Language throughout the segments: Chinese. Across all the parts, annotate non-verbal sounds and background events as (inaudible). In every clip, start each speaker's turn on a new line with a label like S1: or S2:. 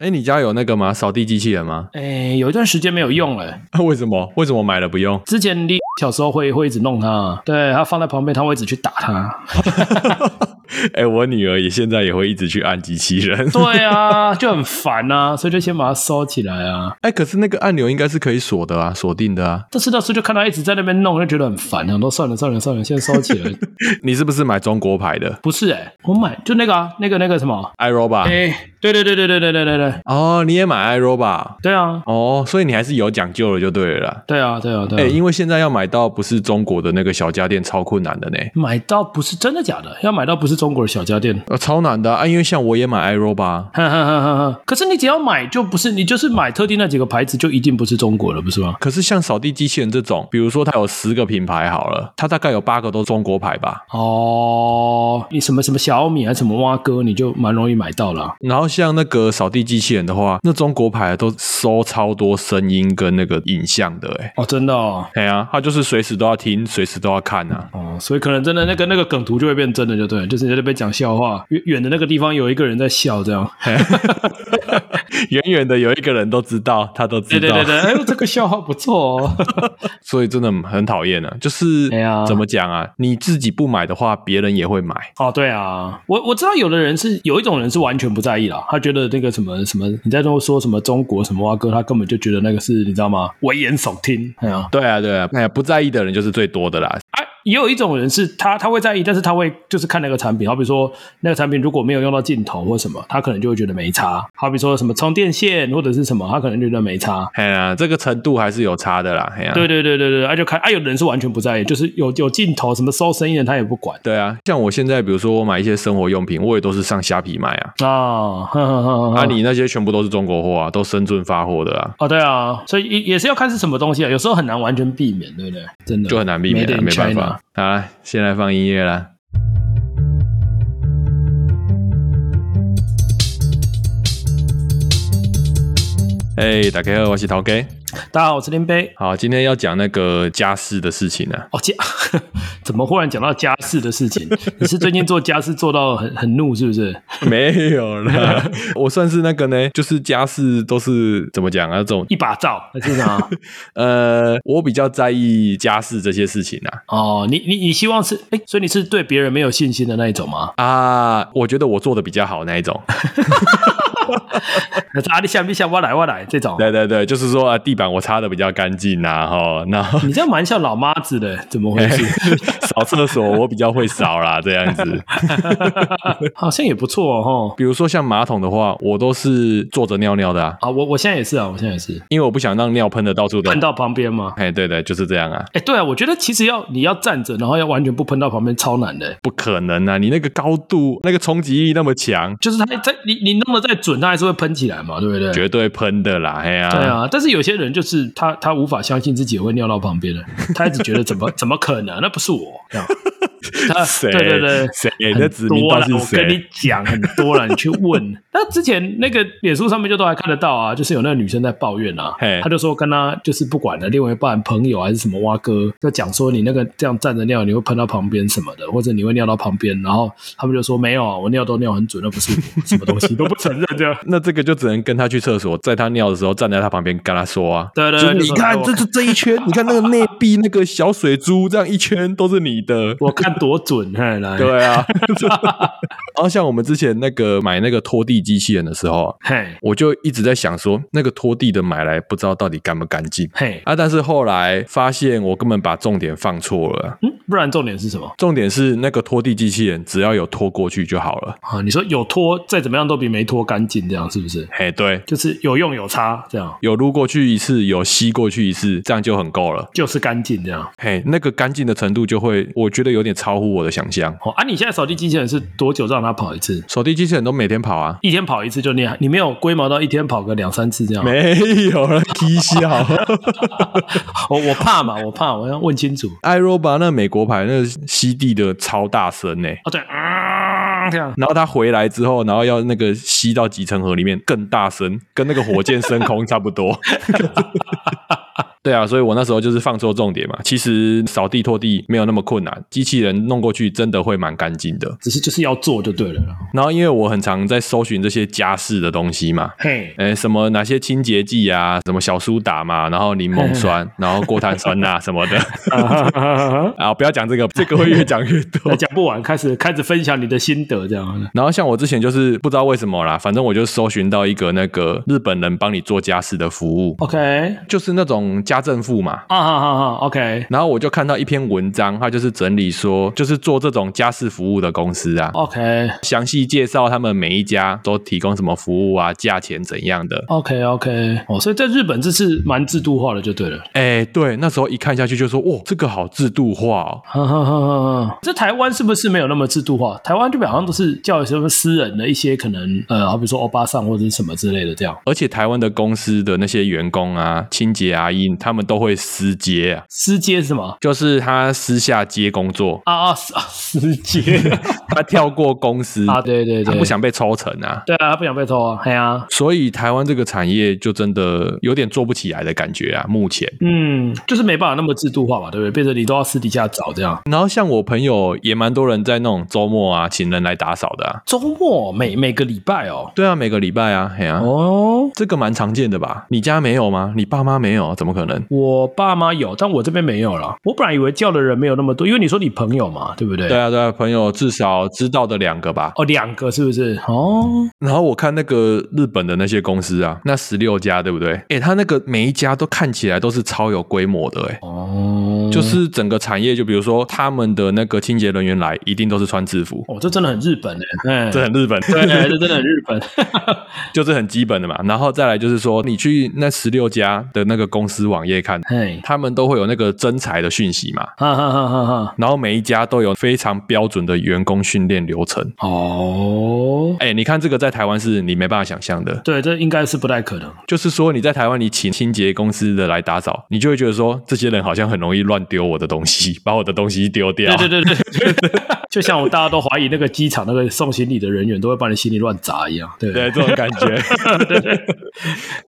S1: 哎，你家有那个吗？扫地机器人吗？ (laughs)
S2: 哎，有一段时间没有用了。
S1: 啊为什么？为什么买了不用？ (laughs)
S2: 之前你小时候会会一直弄它，对，它放在旁边，它会一直去打它。
S1: 哎，我女儿也现在也会一直去按机器人。
S2: 对啊，就很烦啊，所以就先把它收起来啊。
S1: 哎，可是那个按钮应该是可以锁的啊，锁定的啊。
S2: 但是那时候就看它一直在那边弄，就觉得很烦，啊想说算了算了算了，先收起来。
S1: 你是不是买中国牌的
S2: 不是哎、我买就那个啊，那个那个什么，
S1: iRobot？、
S2: 哎，对对对对对对对对对，
S1: 哦，你也买 iRobot？
S2: 对啊，
S1: 哦，所以你还是有讲究的就对了啦。
S2: 对啊，对啊，对啊。
S1: 哎，因为现在要买到不是中国的那个小家电超困难的呢，
S2: 买到不是真的假的，要买到不是中国的小家电。 (laughs)
S1: 呃，超难的啊啊因为像我也买 iRobot，
S2: 哈哈哈哈哈！可是你只要买就不是，你就是买特定那几个牌子，就一定不是中国了，不是吗？
S1: 可是像扫地机器人这种，比如说它有十个品牌好了，它大概有八个都中国牌吧。
S2: 哦，你什么什么小米啊，什么蛙哥，你就蛮容易买到了、
S1: 然后像那个扫地机器人的话，那中国牌都收超多声音跟那个影像的、欸，
S2: 哦，真的哦，
S1: 哎，呀、它就是随时都要听，随时都要看啊。 (laughs)
S2: 哦，所以可能真的那个那个梗图就会变真的，就对了，就是你在那边讲笑话，远远的那个地方有一个人在笑，这样。
S1: 远远的有一个人都知道，他都知
S2: 对
S1: 道，
S2: 对对对，哎呦，这个笑话不错哦。
S1: 所以真的很讨厌啊。就是、
S2: 哎呀
S1: 怎么讲啊？你自己不买的话，别人也会买。
S2: (laughs) 哦，对啊，我我知道有的人是有一种人是完全不在意啦，他觉得那个什么什么你在跟我说什么中国什么蛙哥，他根本就觉得那个是你知道吗？危言耸听。哎呀，
S1: 对啊，对啊，哎呀，不在意的人就是最多的啦。
S2: 啊，也有一种人是他他会在意，但是他会就是看那个产品，好比说那个产品如果没有用到镜头或什么，他可能就会觉得没差。好比说什么充电线或者是什么，他可能觉得没差。
S1: 哎呀，这个程度还是有差的啦。哎呀，
S2: 对对对对对，啊就看啊，有的人是完全不在意，就是有有镜头什么收声音的他也不管
S1: 对啊，像我现在比如说我买一些生活用品，我也都是上虾皮买啊。
S2: 啊。哼哼哼哼
S1: 啊，你那些全部都是中国货啊，都深圳发货的啊，
S2: 哦，对啊，所以也也是要看是什么东西啊，有时候很难完全避免，对不对？真的
S1: 就很难避免
S2: Made
S1: 了，
S2: in
S1: 没办
S2: China
S1: 法。好啦，先来放音乐啦。哎、打开二，我是陶 K。
S2: 大家好，我是林杯。
S1: 好，今天要讲那个家事的事情
S2: (laughs)
S1: 啊。
S2: 哦，家怎么忽然讲到家事的事情？你是最近做家事做到很很怒是不是？
S1: 没有
S2: (laughs)
S1: 啦，我算是那个呢，就是家事都是怎么讲啊？这种
S2: 一把照还是啥？
S1: 呃，我比较在意家事这些事情啊。
S2: (laughs) 哦，你你你希望是哎，所以你是对别人没有信心的那一种吗？ (laughs)
S1: 啊，我觉得我做的比较好那一种。
S2: 还是啊，你下面下我来我来这种？
S1: 对对对，就是说啊，地板我擦的比较干净呐，哈，然后
S2: 你这样蛮像老妈子的，怎么回事？
S1: (laughs) 扫厕所我比较会扫啦，这样子。
S2: (laughs) 好像也不错哦。吼
S1: 比如说像马桶的话，我都是坐着尿尿的啊，
S2: 啊，我我现在也是啊，我现在也是
S1: 因为我不想让尿喷的到处都 (laughs)
S2: 喷。到旁边吗？
S1: 哎，对对，就是这样啊，
S2: 哎，对啊，我觉得其实要你要站着，然后要完全不喷到旁边，超难的。
S1: 不可能啊！你那个高度、那个冲击力那么强，
S2: 就是它在你你弄得再准，它还是会喷起来嘛，对不对？
S1: 绝对喷的啦！哎呀、
S2: 对啊，但是有些人就是他他无法相信自己也会尿到旁边的，他一直觉得怎么 (laughs) 怎么可能？那不是我，这 (laughs) 样。他
S1: 啊谁
S2: 对对对，
S1: 谁
S2: 很
S1: 哎那指名
S2: 多
S1: 道
S2: 了，
S1: 姓
S2: 我跟
S1: 谁
S2: 你讲很多了，你去问。
S1: (laughs)
S2: 那之前那个脸书上面就都还看得到啊，就是有那个女生在抱怨啊
S1: 嘿，
S2: 她就说跟她就是不管了，另外一半朋友还是什么蛙哥，就讲说你那个这样站着尿，你会喷到旁边什么的，或者你会尿到旁边，然后他们就说没有啊，我尿都尿很准，那不是我，什么东
S1: (laughs)
S2: 西都不承认这样。
S1: 那这个就只能跟他去厕所，在他尿的时候站在他旁边跟他说啊，
S2: 对对
S1: 就是
S2: 对，
S1: 你看
S2: 就
S1: 这
S2: 是
S1: 这这一圈，你看那个内壁那个小水珠，这样一圈都是你的。
S2: 我看多准，嘿来，
S1: 对啊， (laughs) 然后像我们之前那个买那个拖地机器人的时候啊，
S2: 嘿
S1: 我就一直在想说，那个拖地的买来不知道到底干不干净
S2: 嘿，
S1: 啊。但是后来发现我根本把重点放错了，
S2: 嗯，不然重点是什么
S1: 重点是那个拖地机器人只要有拖过去就好了。
S2: 啊？你说有拖，再怎么样都比没拖干净，这样是不是？
S1: 嘿，对，
S2: 就是有用有差，这样
S1: 有撸过去一次，有吸过去一次，这样就很够了。
S2: 就是干净这样。
S1: 嘿，那个干净的程度就会，我觉得有点超乎我的想象。
S2: 哦，啊，你现在扫地机器人是多久让它跑一次？
S1: 扫地机器人都每天跑啊？
S2: 一天跑一次就厉害，你没有龟毛到一天跑个两三次这样。
S1: 没有 (laughs) 了，踢笑。
S2: 我哦我怕嘛，我怕，我要问清楚。
S1: 艾罗巴那美国牌那个吸地的超大声呢、
S2: 哦，对，啊、这样。
S1: 然后他回来之后，然后要那个吸到集成盒里面更大声，跟那个火箭升空差不多。 (laughs) 对啊，所以我那时候就是放错重点嘛。其实扫地拖地没有那么困难，机器人弄过去真的会蛮干净的。
S2: 只是就是要做就对了啦。
S1: 然后因为我很常在搜寻这些家事的东西嘛， (laughs)
S2: 嘿，
S1: 诶，什么哪些清洁剂啊，什么小苏打嘛，然后柠檬酸，然后过碳酸钠什么的。 (laughs) 啊，不要讲这个，这个会越讲越多。
S2: 讲不完，开始开始分享你的心得这样。
S1: 然后像我之前就是不知道为什么啦，反正我就搜寻到一个那个日本人帮你做家事的服务，
S2: OK，
S1: 就是那种家政妇嘛。
S2: 啊哈哈哈，OK。
S1: 然后我就看到一篇文章，它就是整理说，就是做这种家事服务的公司啊，
S2: OK
S1: 详细介绍他们每一家都提供什么服务啊，价钱怎样的。
S2: OK OK，哦，所以在日本这次蛮制度化的，就对了。
S1: 哎，对，那时候一看下去就说，哇，这个好制度化哦。
S2: 哈哈哈哈哈！在台湾是不是没有那么制度化？台湾这边好像都是叫什么私人的一些可能，呃，好比说欧巴桑或者是什么之类的这样。
S1: 而且台湾的公司的那些员工啊、清洁阿姨，他们都会私接啊，
S2: 私接是吗？
S1: 就是他私下接工作，
S2: 啊啊，私啊私接
S1: 他跳过公司，
S2: 啊，对对
S1: 他
S2: 对，
S1: 不，想被抽成啊。
S2: 对啊，他不想被偷啊，嘿啊。
S1: 所以台湾这个产业就真的有点做不起来的感觉啊，目前。
S2: 嗯，就是没办法那么制度化嘛，对不对？变成你都要私底下找这样。
S1: 然后像我朋友也蛮多人在那种周末啊，请人来打扫的啊。
S2: 周末每每个礼拜哦，
S1: 对啊，每个礼拜啊，嘿啊，
S2: 哦，
S1: 这个蛮常见的吧？你家没有吗？你爸妈没有？怎么可能？
S2: 我爸妈有，但我这边没有了。我本来以为叫的人没有那么多，因为你说你朋友嘛，对不对？
S1: 对啊，对啊，朋友至少知道的两个吧。
S2: 哦，两个是不是？哦，
S1: 然后我看那个日本的那些公司啊，那十六家对不对？诶，他那个每一家都看起来都是超有规模的，诶，
S2: 哦，
S1: 就是整个产业，就比如说他们的那个清洁人员来，一定都是穿制服，
S2: 哦，这真的很日本哎、欸，
S1: 这
S2: (laughs) 对
S1: 很日本，
S2: 对，这真的很日本。
S1: (laughs) 就是很基本的嘛。然后再来就是说，你去那十六家的那个公司网页看，
S2: 嘿，
S1: 他们都会有那个征才的讯息嘛，
S2: 哈哈哈哈哈。
S1: 然后每一家都有非常标准的员工训练流程。
S2: 哦，
S1: 哎，你看这个在台湾是你没办法想象的，
S2: 对，这应该是不太可能。
S1: 就是说你在台湾你请清洁公司的来打扫，你就会觉得说这些人好像很容易乱丢我的东西， (laughs) 把我的东西丢掉。
S2: 对对对对对， (laughs) 就像我大家都怀疑那个机场那个送行李的人员都会把你行李乱砸一样，对不
S1: 对
S2: 对？
S1: 这种感 (laughs) 觉。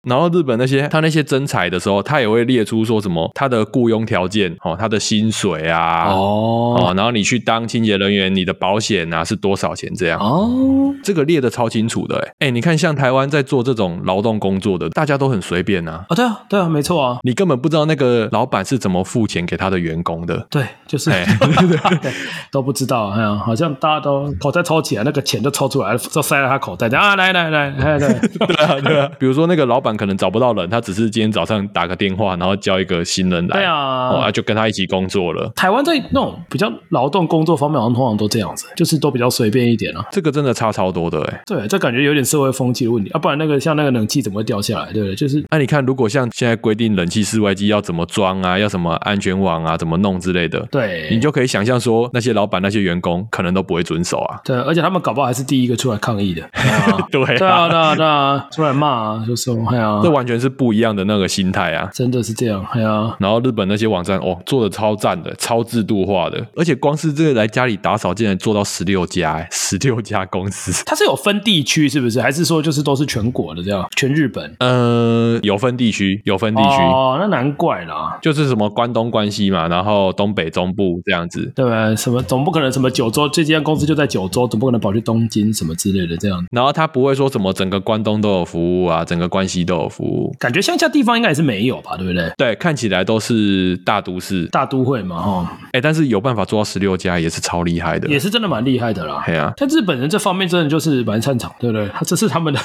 S1: 然后日本那些他那些征才的时候，他也会列出说什么他的雇佣条件哦，他的薪水啊，
S2: 哦
S1: 哦，然后你去当清洁人员，你的保险啊是多少钱这样。
S2: 哦，
S1: 这个列的超清楚的、欸，哎、你看像台湾在做这种劳动工作的，大家都很随便啊，
S2: 啊，对啊，对啊，没错啊，
S1: 你根本不知道那个老板是怎么付钱给他的员工的。
S2: 对，就是、
S1: 哎
S2: 对都不知道，哎呀，好像大家都口袋抽起来，那个钱就抽出来了，就塞在他口袋里啊，来来来，哎对，
S1: 对啊，对啊。 (laughs) 比如说那个老板可能找不到人，他只是今天早上打个电话，然后叫一个新人来，
S2: 对
S1: 哦，
S2: 啊
S1: 啊，。就跟他一起工作了。
S2: 台湾在那种比较劳动工作方面，好像通常都这样子，就是都比较随便一点啊。
S1: 这个真的差超多的哎、欸。
S2: 对，这感觉有点社会风气的问题啊，不然那个像那个冷气怎么会掉下来？对不对？就是
S1: 那、你看，如果像现在规定冷气室外机要怎么装啊，要什么安全网啊，怎么弄之类的，
S2: 对，
S1: 你就可以想象说，那些老板、那些员工可能都不会遵守啊。
S2: 对，而且他们搞不好还是第一个出来抗议的。对啊
S1: (laughs) 对啊
S2: 对啊，对啊，对啊，出来骂啊，就说哎呀
S1: 这，完全是不一样的那个心态啊。
S2: 真的是这样，哎呀，
S1: 然后日本那些网站哦，做的超赞的，超制度化的，而且光是这个来家里打扫，竟然做到十六家，欸十六家公司，
S2: 它是有分地区是不是？还是说就是都是全国的这样，全日本？
S1: 呃，有分地区，有分地区，
S2: 哦，那难怪啦。
S1: 就是什么关东、关西嘛，然后东北、中部这样子。
S2: 对不对？什么总不可能什么九州，这间公司就在九州，总不可能跑去东京什么之类的这样。
S1: 然后他不会说什么整个关东都有服务啊，整个关西都有服务，
S2: 感觉乡下地方应该也是没有吧，对不对？
S1: 对，看起来都是大都市，
S2: 大都会嘛，哈，
S1: 哎，但是有办法做到十六家也是超厉害的，
S2: 也是真的蛮厉害的啦。
S1: 嘿啊，
S2: 但日本人这方面真的 (laughs) 就是蛮擅长，对不对？这是他们的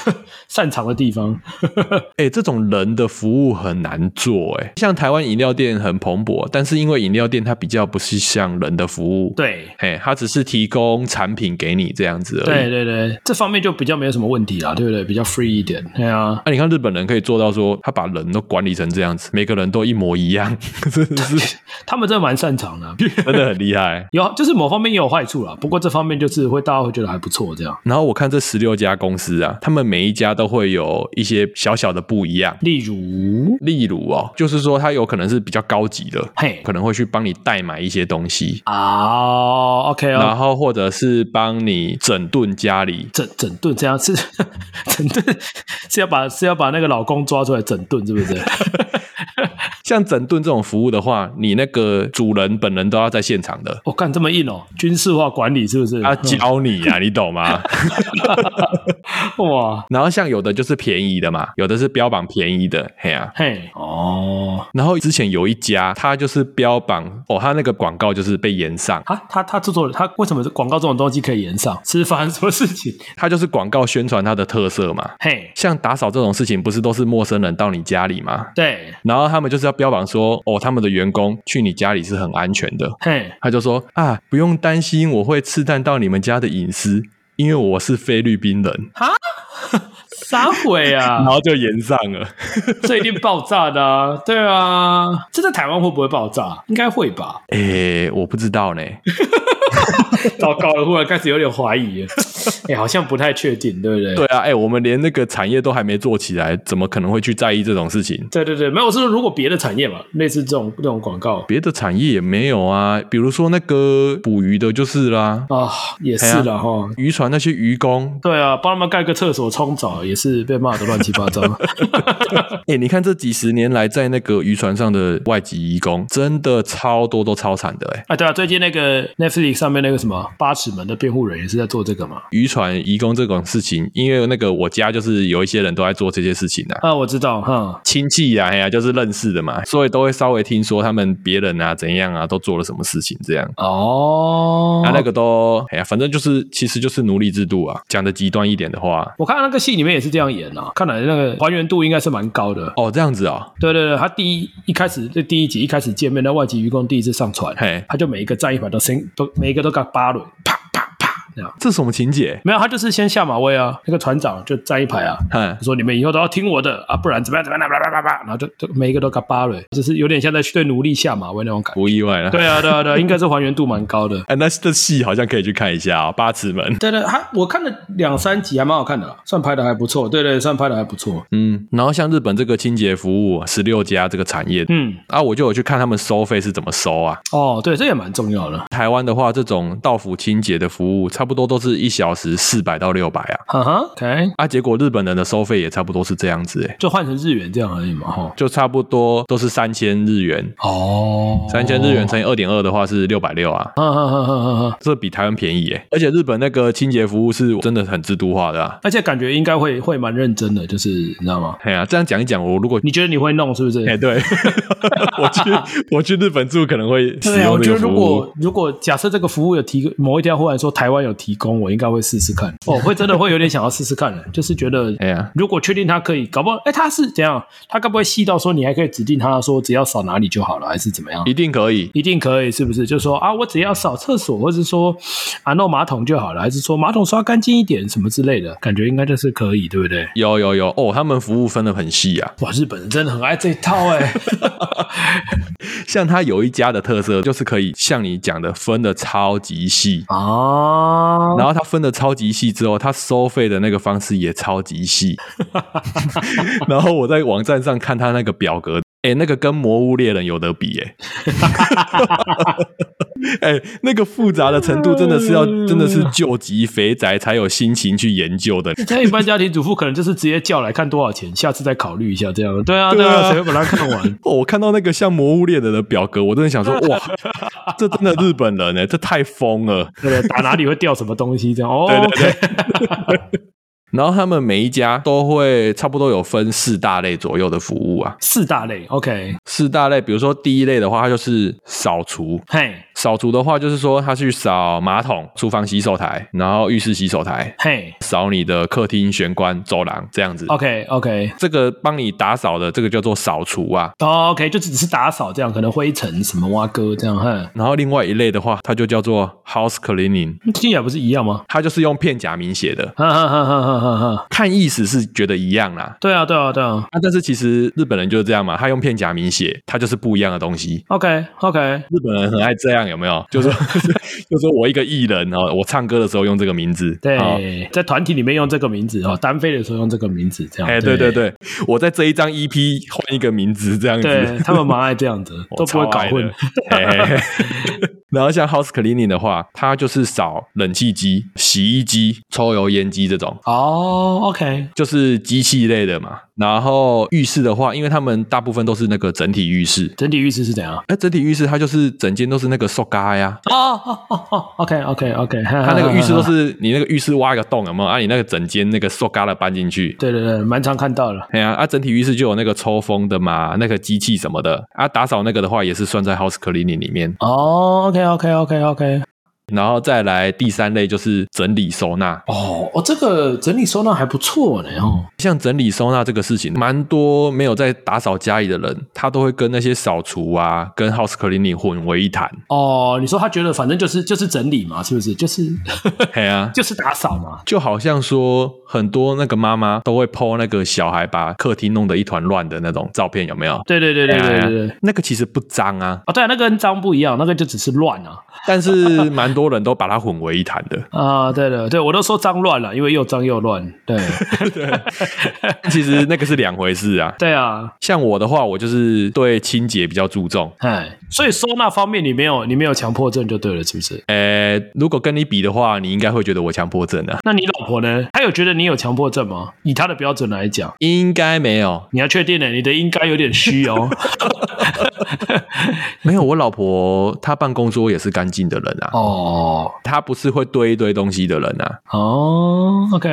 S2: 擅长的地方。 (laughs)
S1: 哎、这种人的服务很难做、欸，哎，像台湾饮料店很蓬勃，但是因为饮料店它比较不是像人的服务，，
S2: 对，
S1: 哎、它只是提供产品给你这样子而已。
S2: 对对对，这方面就比较没有什么问题啦，对不对？比较 free 一点，对啊。
S1: 那、你看日本人可以做到说，他把人都管理成这样子，每个人都一模一样， (laughs) 真的是
S2: 他们真的蛮擅长的， (laughs)
S1: 真的很厉害。
S2: 有就是某方面也有坏处啦，不过这方面就是会大家会觉得还不错这样。
S1: 然后我看这十六家公司啊，他们每一家都会有一些小小的不一样。
S2: 例如，
S1: 例如哦，就是说它有可能是比较高级的，
S2: 嘿
S1: 可能会去帮你代买一些东西，
S2: 啊，OK 哦，
S1: 然后或者是帮你整顿家里，
S2: 整整顿这样是 (laughs) 整顿是要把是要把那个老公抓出来整顿，是不是？
S1: 像整顿这种服务的话，你那个主人本人都要在现场的，
S2: 我、干这么硬 (laughs) 哦，军事化管理是不是？嗯
S1: 他教你呀、啊，你懂吗？
S2: 哇，
S1: 然后像有的就是便宜的嘛，有的是标榜便宜的，嘿呀、啊。
S2: 嘿，哦，
S1: 然后之前有一家，他就是标榜哦，他那个广告就是被延上，
S2: 他啊他他制作人，他为什么广告这种东西可以延上？是发生什么事情？
S1: 他就是广告宣传他的特色嘛。
S2: 嘿，
S1: 像打扫这种事情，不是都是陌生人到你家里吗？
S2: 对，
S1: 然后他们就是要标榜说，哦，他们的员工去你家里是很安全的。
S2: 嘿，
S1: 他就说啊，不用担心我会刺探到你们家的隐私，因为我是菲律宾人，
S2: 哈，啥鬼啊
S1: (laughs) 然？后就延上了。
S2: 这一定爆炸的、啊，对啊，这在台湾会不会爆炸？应该会吧。
S1: (laughs) 诶、我不知道呢。
S2: 糟糕了，忽然开始有点怀疑了，哎、好像不太确定，对不对？
S1: 对啊，诶、我们连那个产业都还没做起来，怎么可能会去在意这种事情？
S2: 对对对，没有，我是说如果别的产业嘛，类似这种这种广告
S1: 别的产业也没有啊，比如说那个捕鱼的，就是啦，
S2: 啊，也是的哈、
S1: 渔船那些渔工。
S2: 对啊，帮他们盖个厕所冲澡也是被骂的乱七八糟。
S1: 哎、你看这几十年来，在那个渔船上的外籍移工，真的超多都超惨的哎、
S2: 啊，对啊，最近那个 Netflix 上面那个什么《八尺门的辩护人》也是在做这个嘛。
S1: 渔船移工这种事情，因为那个我家就是有一些人都在做这些事情啊，
S2: 啊，我知道哈。
S1: 亲戚呀、啊，哎呀、就是认识的嘛，所以都会稍微听说他们别人啊怎样啊，都做了什么事情这样。
S2: 哦，
S1: 啊，那个都，哎呀，反正就是，其实就是奴隶制度啊。讲的极端一点的话，
S2: 我看那个戏里面也是这样演啊，看来那个还原度应该是蛮高的。
S1: 哦，这样子哦，
S2: 对对对，他第一一开始这第一集一开始见面，那外籍渔工第一次上船，
S1: 嘿，
S2: 他就每一个站一排都先都每一个都干八轮，啪啪啪这样。
S1: 这什么情节？
S2: 没有，他就是先下马威啊，那个船长就站一排啊，
S1: 哼，
S2: 说你们以后都要听我的啊，不然怎么样怎么样，叭叭叭叭，然后就就每一个都嘎巴了，就是有点像在对奴隶下马威那种感觉。
S1: 不意外了。
S2: 对啊，对啊，对啊，应该是还原度蛮高的。
S1: 哎，那这戏好像可以去看一下啊、哦，《八尺门》。
S2: 对对，还我看了两三集，还蛮好看的啦，算拍的还不错。对对，算拍的还不错。
S1: 嗯，然后像日本这个清洁服务十六家这个产业，
S2: 嗯，
S1: 啊，我就有去看他们收费是怎么收啊。
S2: 哦，对，这也蛮重要的。
S1: 台湾的话，这种到府清洁的服务，差不多都是一小时四百到六百啊。
S2: 哈哈，OK，
S1: 啊，结果日本人的收费也差不多是这样子、欸，
S2: 就换成日元这样而已嘛，哈。
S1: 就差不多都是三千日元，
S2: 哦，
S1: 三千日元乘以二点二的话是六百六啊，
S2: 哈哈哈哈哈哈。
S1: 这比台湾便宜耶、而且日本那个清洁服务是真的很制度化的啊。
S2: 而且感觉应该会会蛮认真的，就是你知道吗？
S1: 哎呀、这样讲一讲，我
S2: (laughs)
S1: 如果
S2: 你觉得你会弄是不是？
S1: 哎、对， (laughs) 我去 (laughs) 我去日本住可能会使
S2: 对啊，我
S1: 用这
S2: 觉
S1: 个
S2: 得
S1: 服
S2: 如
S1: 务。
S2: 果如果假设这个服务有提，某一天忽然说台湾有提供，我应该会试试看。哦，会真的会有点想要试试看的，就是觉得，
S1: 哎呀
S2: 如果确定他可以，搞不好，哎，他是怎样？他该不会细到说你还可以指定他说只要扫哪里就好了，还是怎么样？
S1: 一定可以。
S2: 一定可以，是不是？就说啊，我只要扫厕所，或者说啊弄马桶就好了，还是说马桶刷干净一点什么之类的，感觉应该就是可以，对不对？
S1: 有有有哦，他们服务分得很细啊。
S2: 哇，日本人真的很爱这一套哎、 (laughs)
S1: 像它有一家的特色就是可以像你讲的分的超级细，
S2: 啊，
S1: 然后它分的超级细之后，它收费的那个方式也超级细。然后我在网站上看它那个表格，哎，那个跟《魔物猎人》有得比哎、 (laughs) 诶哎，那个复杂的程度真的是要真的是救急肥宅才有心情去研究的。
S2: 像一般家庭主妇可能就是直接叫来看多少钱，下次再考虑一下这样的。对啊，
S1: 对
S2: 对
S1: 啊
S2: 啊，谁会把它看完？
S1: 哦，我看到那个像《魔物猎人》的表格，我真的想说，哇，这真的日本人哎、这太疯了。
S2: 对啊不对？打哪里会掉什么东西这样？哦，
S1: 对对对。 (laughs) 然后他们每一家都会差不多有分四大类左右的服务啊，
S2: 四大类，OK，
S1: 四大类，比如说第一类的话，它就是扫除。
S2: 嘿，
S1: 扫除的话，就是说它去扫马桶、厨房洗手台，然后浴室洗手台，
S2: 嘿
S1: 扫你的客厅、玄关、走廊这样子。
S2: 哦，OK，OK，
S1: 这个帮你打扫的，这个叫做扫除啊。
S2: 哦，OK，就只是打扫这样，可能灰尘什么挖哥这样，哼，
S1: 然后另外一类的话，它就叫做 house cleaning，
S2: 听起来不是一样吗？
S1: 它就是用片假名写的，
S2: 哈哈哈哈哈哈哈！
S1: 看意思是觉得一样啦，
S2: 对啊，对啊，对啊
S1: 啊，但是其实日本人就是这样嘛，他用片假名写，他就是不一样的东西。
S2: ，OK，OK，
S1: 日本人很爱这样，有没
S2: (laughs)
S1: 有？就是说 (laughs) 就说我一个艺人哦，我唱歌的时候用这个名字，哦
S2: 对，在团体里面用这个名字哦，单飞的时候用这个名字这样，
S1: 哎、对对。对，我在这一张 EP 换一个名字这样
S2: 对
S1: 子，
S2: 他们蛮爱这样子，
S1: (laughs) 我
S2: 都不会
S1: 超
S2: 搞
S1: 爱的
S2: 混。
S1: 哎 (laughs) 然后像 house cleaning 的话，它就是扫冷气机、洗衣机、抽油烟机这种，
S2: 哦，OK，
S1: 就是机器类的嘛。然后浴室的话，因为他们大部分都是那个整体浴室，
S2: 整体浴室是怎样？
S1: 那整体浴室它就是整间都是那个塑嘎呀，
S2: 哦哦哦哦，OK，OK，OK，
S1: 它
S2: 他
S1: 那个浴室都，是你那个浴室挖一个洞，有没有？啊，你那个整间那个塑嘎的搬进去。
S2: 对对对，蛮常看到的。
S1: 哎呀，啊，整体浴室就有那个抽风的嘛，那个机器什么的啊，打扫那个的话也是算在 house cleaning 里面。
S2: 哦，OK，OK，OK，OK，
S1: 然后再来第三类就是整理收纳，
S2: 哦，哦，这个整理收纳还不错呢，哦，
S1: 像整理收纳这个事情，蛮多没有在打扫家里的人，他都会跟那些扫除啊，跟 house cleaning 混为一谈。
S2: 哦，你说他觉得反正就是就是整理嘛，是不是？就是 (laughs)
S1: 嘿啊，
S2: 就是打扫嘛。
S1: 就好像说很多那个妈妈都会 po 那个小孩把客厅弄得一团乱的那种照片，有没有？
S2: 对对对对对对
S1: 哎
S2: 对
S1: 呀。那个其实不脏啊，
S2: 哦，对啊，那跟脏不一样，那个就只是乱啊。
S1: 但是蛮多人都把它混为一谈的。
S2: 啊、对的，对我都说脏乱了，因为又脏又乱。对， (laughs)
S1: 其实那个是两回事啊。 (laughs)
S2: 对啊，
S1: 像我的话，我就是对清洁比较注重。
S2: 哎，所以收纳方面你没有你没有强迫症就对了，是不是？
S1: 呃，如果跟你比的话，你应该会觉得我强迫症啊，
S2: 那你老婆呢？她有觉得你有强迫症吗？以她的标准来讲，
S1: 应该没有，
S2: (laughs) 你要确定呢，你的应该有点虚
S1: (laughs)
S2: 哦。
S1: 没有。我老婆她办公桌也是干净的人啊，
S2: 哦
S1: 她不是会堆一堆东西的人啊。
S2: 哦，OK，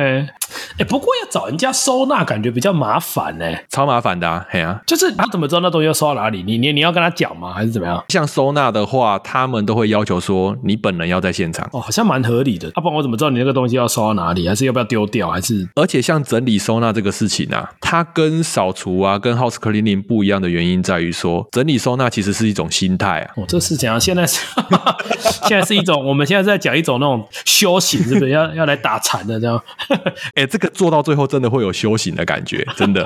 S2: 哎、不过要找人家收纳感觉比较麻烦呢、
S1: 超麻烦的、啊，嘿啊。
S2: 就是他怎么知道那东西要收到哪里？你你你要跟他讲吗？还是怎么样？
S1: 像收纳的话，他们都会要求说你本人要在现场，
S2: 哦，好像蛮合理的。要、不然我怎么知道你那个东西要收到哪里？还是要不要丢掉？还是
S1: 而且像整理收纳这个事情啊，它跟扫除啊、跟 house cleaning 不一样的原因在于说，整理收纳其实是一种心态啊。
S2: 哦，这是怎样？现在是， (laughs) 现在是一种，我们现在在讲一种那种修行，是不是？要要来打禅的这样。 (laughs)
S1: 哎，这个做到最后真的会有修行的感觉，真的。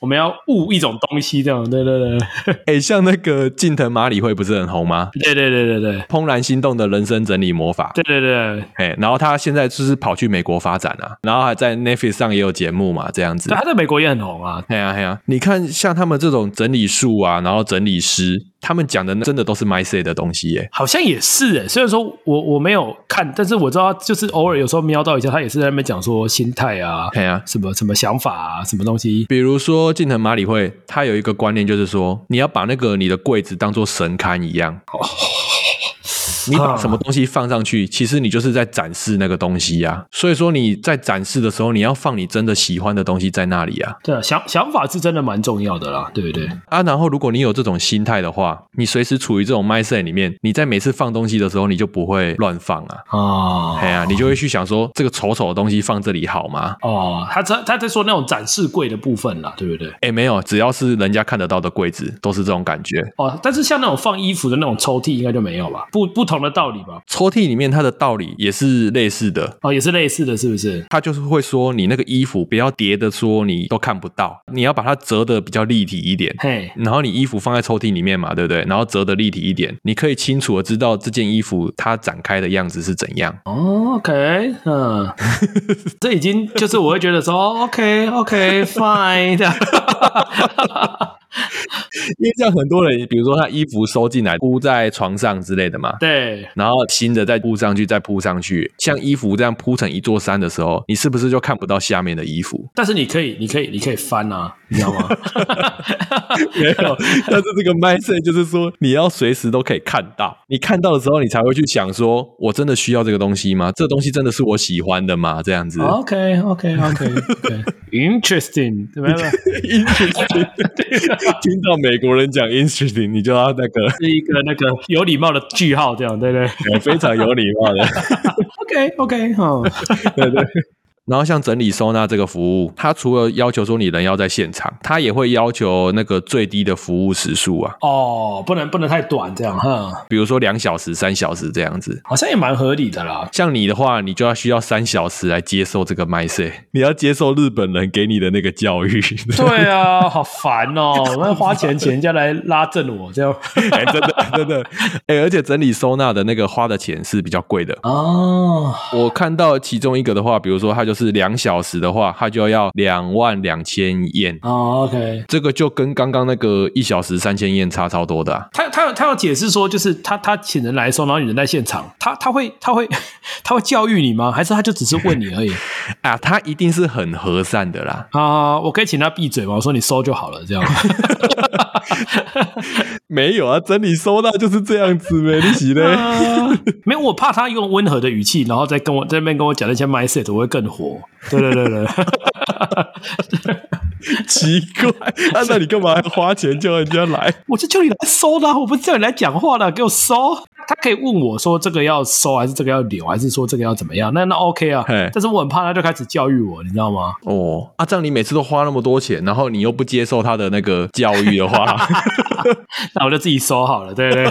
S2: 我们要悟一种东西，这样。对对对，
S1: 哎，像那个近藤麻里惠不是很红吗？
S2: 对对对对对，
S1: 怦然心动的人生整理魔法，
S2: 对对对。
S1: 哎，然后他现在就是跑去美国发展啊，然后还在 Netflix 上也有节目嘛，这样子
S2: 对，。他在美国也很红啊。
S1: 哎呀哎呀，你看像他们这种整理术啊，然后整理师，他们讲的那真的都是 my say 的东西耶。
S2: 好像也是诶、虽然说我我没有看，但是我知道，就是偶尔有时候瞄到一下，他也是在那边讲说心态啊，
S1: 哎呀，
S2: 什么什么想法啊，什么东西
S1: 比如说近藤麻里惠，他有一个观念就是说，你要把那个你的柜子当做神龛一样。
S2: 哦
S1: (laughs) 你把什么东西放上去，其实你就是在展示那个东西呀、啊。所以说你在展示的时候，你要放你真的喜欢的东西在那里啊。
S2: 对啊，想想法是真的蛮重要的啦，对不对？
S1: 啊，然后如果你有这种心态的话，你随时处于这种 mindset 里面，你在每次放东西的时候，你就不会乱放啊。
S2: 啊
S1: 哎呀、你就会去想说，这个丑丑的东西放这里好吗？
S2: 哦，他在他在说那种展示柜的部分啦，对不对？
S1: 哎，没有，只要是人家看得到的柜子，都是这种感觉。
S2: 哦，但是像那种放衣服的那种抽屉，应该就没有吧？不不同的道理吧？
S1: 抽屉里面它的道理也是类似的，
S2: 哦，也是类似的，是不是？
S1: 它就是会说你那个衣服不要叠的说你都看不到，你要把它折的比较立体一点。
S2: 嘿，
S1: 然后你衣服放在抽屉里面嘛，对不对？然后折的立体一点，你可以清楚的知道这件衣服它展开的样子是怎样。
S2: 哦，OK，嗯，这已经就是我会觉得说，OK，OK，Fine，这样
S1: 因为这样很多人，比如说他衣服收进来铺在床上之类的嘛，
S2: 对。
S1: 然后新的再铺上去，再铺上去，像衣服这样铺成一座山的时候，你是不是就看不到下面的衣服？ (laughs)
S2: 但是你可以，你可以，你可以翻啊，你知道吗？
S1: 没有，但是这个 mindset 就是说，你要随时都可以看到，你看到的时候，你才会去想说，我真的需要这个东西吗？这东西真的是我喜欢的吗？这样子。
S2: 啊哦 OK，OK，OK，OK，Interesting，对不对？
S1: interesting，听到美国人讲 interesting，你就要那个
S2: (laughs) 是一个那个有礼貌的句号，这样对不对
S1: 非常有礼貌的。 (laughs)
S2: ？OK OK 哈，
S1: 然后像整理收纳这个服务，它除了要求说你人要在现场，它也会要求那个最低的服务时数啊，
S2: (laughs) 哦，不能不能太短，这样哈，
S1: 比如说两小时、三小时这样子。
S2: 好像也蛮合理的啦。
S1: 像你的话，你就要需要三小时来接受这个麦穗，你要接受日本人给你的那个教育，
S2: 对啊， (laughs) 好烦哦！我要花钱请人家来拉正我这样
S1: (laughs) 哎真的真的，哎、而且整理收纳的那个花的钱是比较贵的。
S2: (laughs) 哦，
S1: 我看到其中一个的话，比如说它就是两小时的话，它就要两万两千 yen，
S2: 哦，OK，
S1: 这个就跟刚刚那个一小时三千 yen 差超多的、啊。
S2: 他他他要解释说，就是他他请人来的时候，然后你人在现场，他他会他会他会教育你吗？还是他就只是问你 (laughs) 而已？
S1: 啊，他一定是很和善的啦。
S2: 啊、我可以请他闭嘴吗？我说你收就好了，这 (laughs) 样。
S1: 没有啊，整理收纳就是这样子呗，你洗 (laughs) 嘞。
S2: 啊 (laughs) 没有，我怕他用温和的语气，然后再跟我在那边跟我讲那些 mindset，我会更火。对对对对，
S1: 奇怪， (laughs) 啊、那你干嘛还花钱叫人家来？
S2: 我就叫你来收的啊、我不是叫你来讲话的，给我收。他可以问我说这个要收还是这个要留，还是说这个要怎么样？那那 OK 啊
S1: 嘿，
S2: 但是我很怕他就开始教育我，你知道吗？ (laughs)
S1: 哦，啊，这样你每次都花那么多钱，然后你又不接受他的那个教育的 (laughs) 话，
S2: 那我就自己收好了，对不对？ (laughs)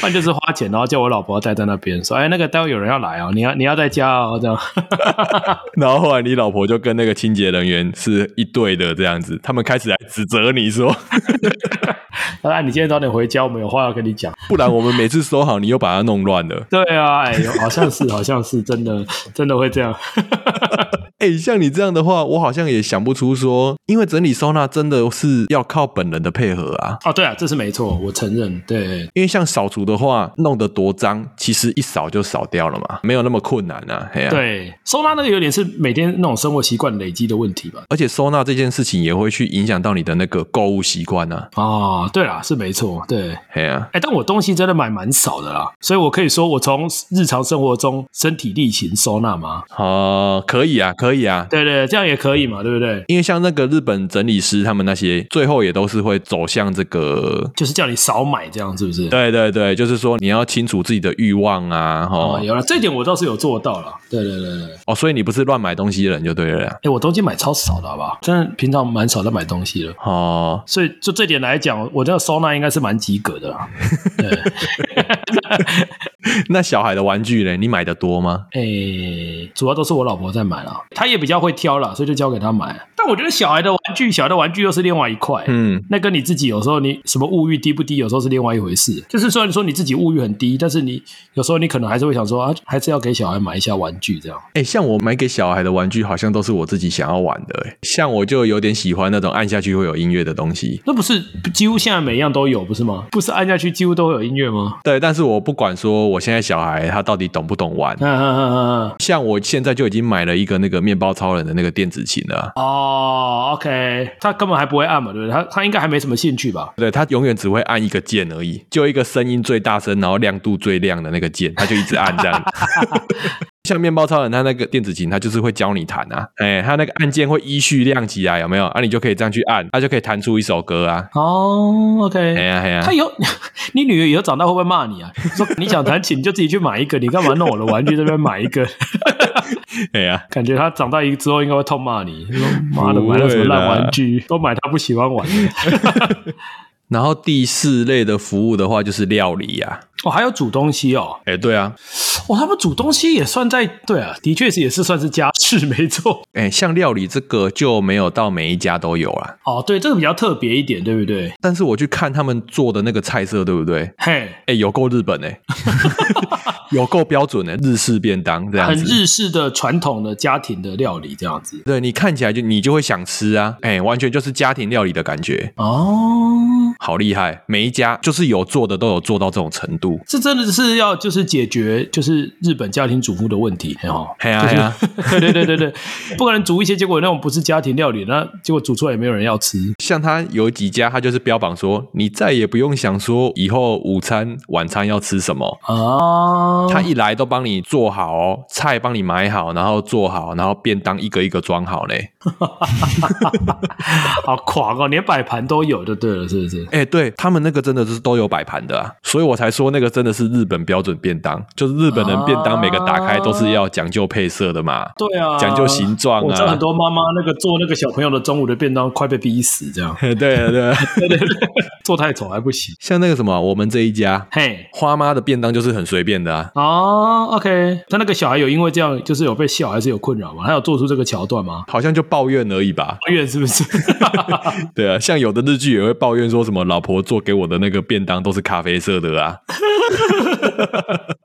S2: 不然就是花钱，然后叫我老婆待在那边，说：“哎，那个待会有人要来哦，你要你要在家哦，这样。 (laughs)
S1: 然后后来你老婆就跟那个清洁人员是一对的这样子，他们开始来指责你说，
S2: 啊，你今天早点回家，我们有话要跟你讲。
S1: 不然我们每次收好，你又把它弄乱 (laughs) 了。
S2: 对啊，哎呦，好像是，好像是，真的，真的会这样。 (laughs)
S1: 哎、像你这样的话，我好像也想不出说，因为整理收纳真的是要靠本人的配合啊。
S2: 哦，对啊，这是没错，我承认。对，
S1: 因为像扫除的话，弄得多脏，其实一扫就扫掉了嘛，没有那么困难啊。嘿啊，
S2: 对，收纳那个有点是每天那种生活习惯累积的问题吧。
S1: 而且收纳这件事情也会去影响到你的那个购物习惯啊。
S2: 哦，对啦，是没错，对。
S1: 嘿啊，
S2: 哎，但我东西真的买蛮少的啦，所以我可以说我从日常生活中身体力行收纳吗？
S1: 哦，可以啊，可以啊。
S2: 对对，这样也可以嘛，对不对？
S1: 因为像那个日本整理师他们那些，最后也都是会走向这个，
S2: 就是叫你少买，这样是不是？
S1: 对对对，就是说你要清楚自己的欲望啊，哈、
S2: 哦，
S1: 哦
S2: 有了，这一点我倒是有做到了。对对对对，
S1: 所以你不是乱买东西的人就对了啦。
S2: 哎，我东西买超少的，好不好？真的平常蛮少在买东西的，
S1: 哦，
S2: 所以就这点来讲，我这个收纳应该是蛮及格的啦。
S1: 那小孩的玩具嘞，你买的多吗？
S2: 诶、哎主要都是我老婆在买啦，她也比较会挑啦，所以就交给她买。但我觉得小孩的玩具，小孩的玩具又是另外一块。
S1: 嗯，
S2: 那跟你自己有时候你什么物欲低不低，有时候是另外一回事。就是虽然说你自己物欲很低，但是你有时候你可能还是会想说啊，还是要给小孩买一下玩具这样。
S1: 哎、像我买给小孩的玩具，好像都是我自己想要玩的、欸。像我就有点喜欢那种按下去会有音乐的东西。
S2: 那不是几乎现在每一样都有不是吗？不是按下去几乎都会有音乐吗？ (laughs)
S1: 对，但是我不管说我现在小孩他到底懂不懂玩，
S2: 嗯嗯嗯嗯嗯。
S1: 像我现在就已经买了一个那个面包超人的那个电子琴了啊。
S2: 哦，OK，他根本还不会按嘛，对不对？他他应该还没什么兴趣吧？
S1: 对，他永远只会按一个键而已，就一个声音最大声，然后亮度最亮的那个键，他就一直按这样。像面包超人，他那个电子琴，他就是会教你弹啊，哎，他那个按键会依序亮起来，有没有？啊，你就可以这样去按，他就可以弹出一首歌啊。
S2: 哦，OK，
S1: 哎呀哎呀
S2: 他，以后， (laughs) 你女儿以后长大会不会骂你啊？说你想弹琴你就自己去买一个，你干嘛弄我的玩具这边买一个？
S1: 哎呀，
S2: 感觉她长大一之后应该会痛骂你，说妈的买了什么烂玩具，都买她不喜欢玩的。
S1: 然后第四类的服务的话，就是料理啊。
S2: 哦，还有煮东西哦，
S1: 哎，对啊，
S2: 哦，他们煮东西也算在对啊，的确是也是算是家事，没错。
S1: 哎，像料理这个就没有到每一家都有啊。
S2: 哦，对，这个比较特别一点，对不对？
S1: 但是我去看他们做的那个菜色，对不对？
S2: 嘿，
S1: 哎，有够日本哎、 (laughs) 有够标准哎、日式便当这样
S2: 很
S1: 子。
S2: 日式的传统的家庭的料理这样子。
S1: 对你看起来就你就会想吃啊，哎、完全就是家庭料理的感觉，
S2: 哦，
S1: 好厉害！每一家就是有做的都有做到这种程度，
S2: 这真的是要就是解决就是日本家庭主妇的问题哦。
S1: 嘿呀、啊、嘿呀、啊，
S2: (laughs) 对对对对对，不可能煮一些结果那种不是家庭料理，那结果煮出来也没有人要吃。
S1: 像他有几家，他就是标榜说你再也不用想说以后午餐晚餐要吃什么。
S2: 啊，
S1: 他一来都帮你做好哦，菜帮你买好，然后做好，然后便当一个一个装好嘞。
S2: 好狂哦，连摆盘都有就对了，是不是？
S1: 哎，对他们那个真的是都有摆盘的啊，所以我才说那个真的是日本标准便当，就是日本人便当每个打开都是要讲究配色的嘛。
S2: 对啊，
S1: 讲究形状啊。
S2: 我知道很多妈妈那个做那个小朋友的中午的便当，快被逼死这样
S1: (laughs) 对啊对啊，
S2: 对对对，做太丑还不行。
S1: 像那个什么，我们这一家
S2: 嘿，
S1: 花妈的便当就是很随便的啊。
S2: 哦，OK，他那个小孩有因为这样就是有被笑还是有困扰吗？他有做出这个桥段吗？
S1: 好像就抱怨而已吧，
S2: 抱怨是不是？ (laughs)
S1: 对啊，像有的日剧也会抱怨说什么老婆做给我的那个便当都是咖啡色的啊，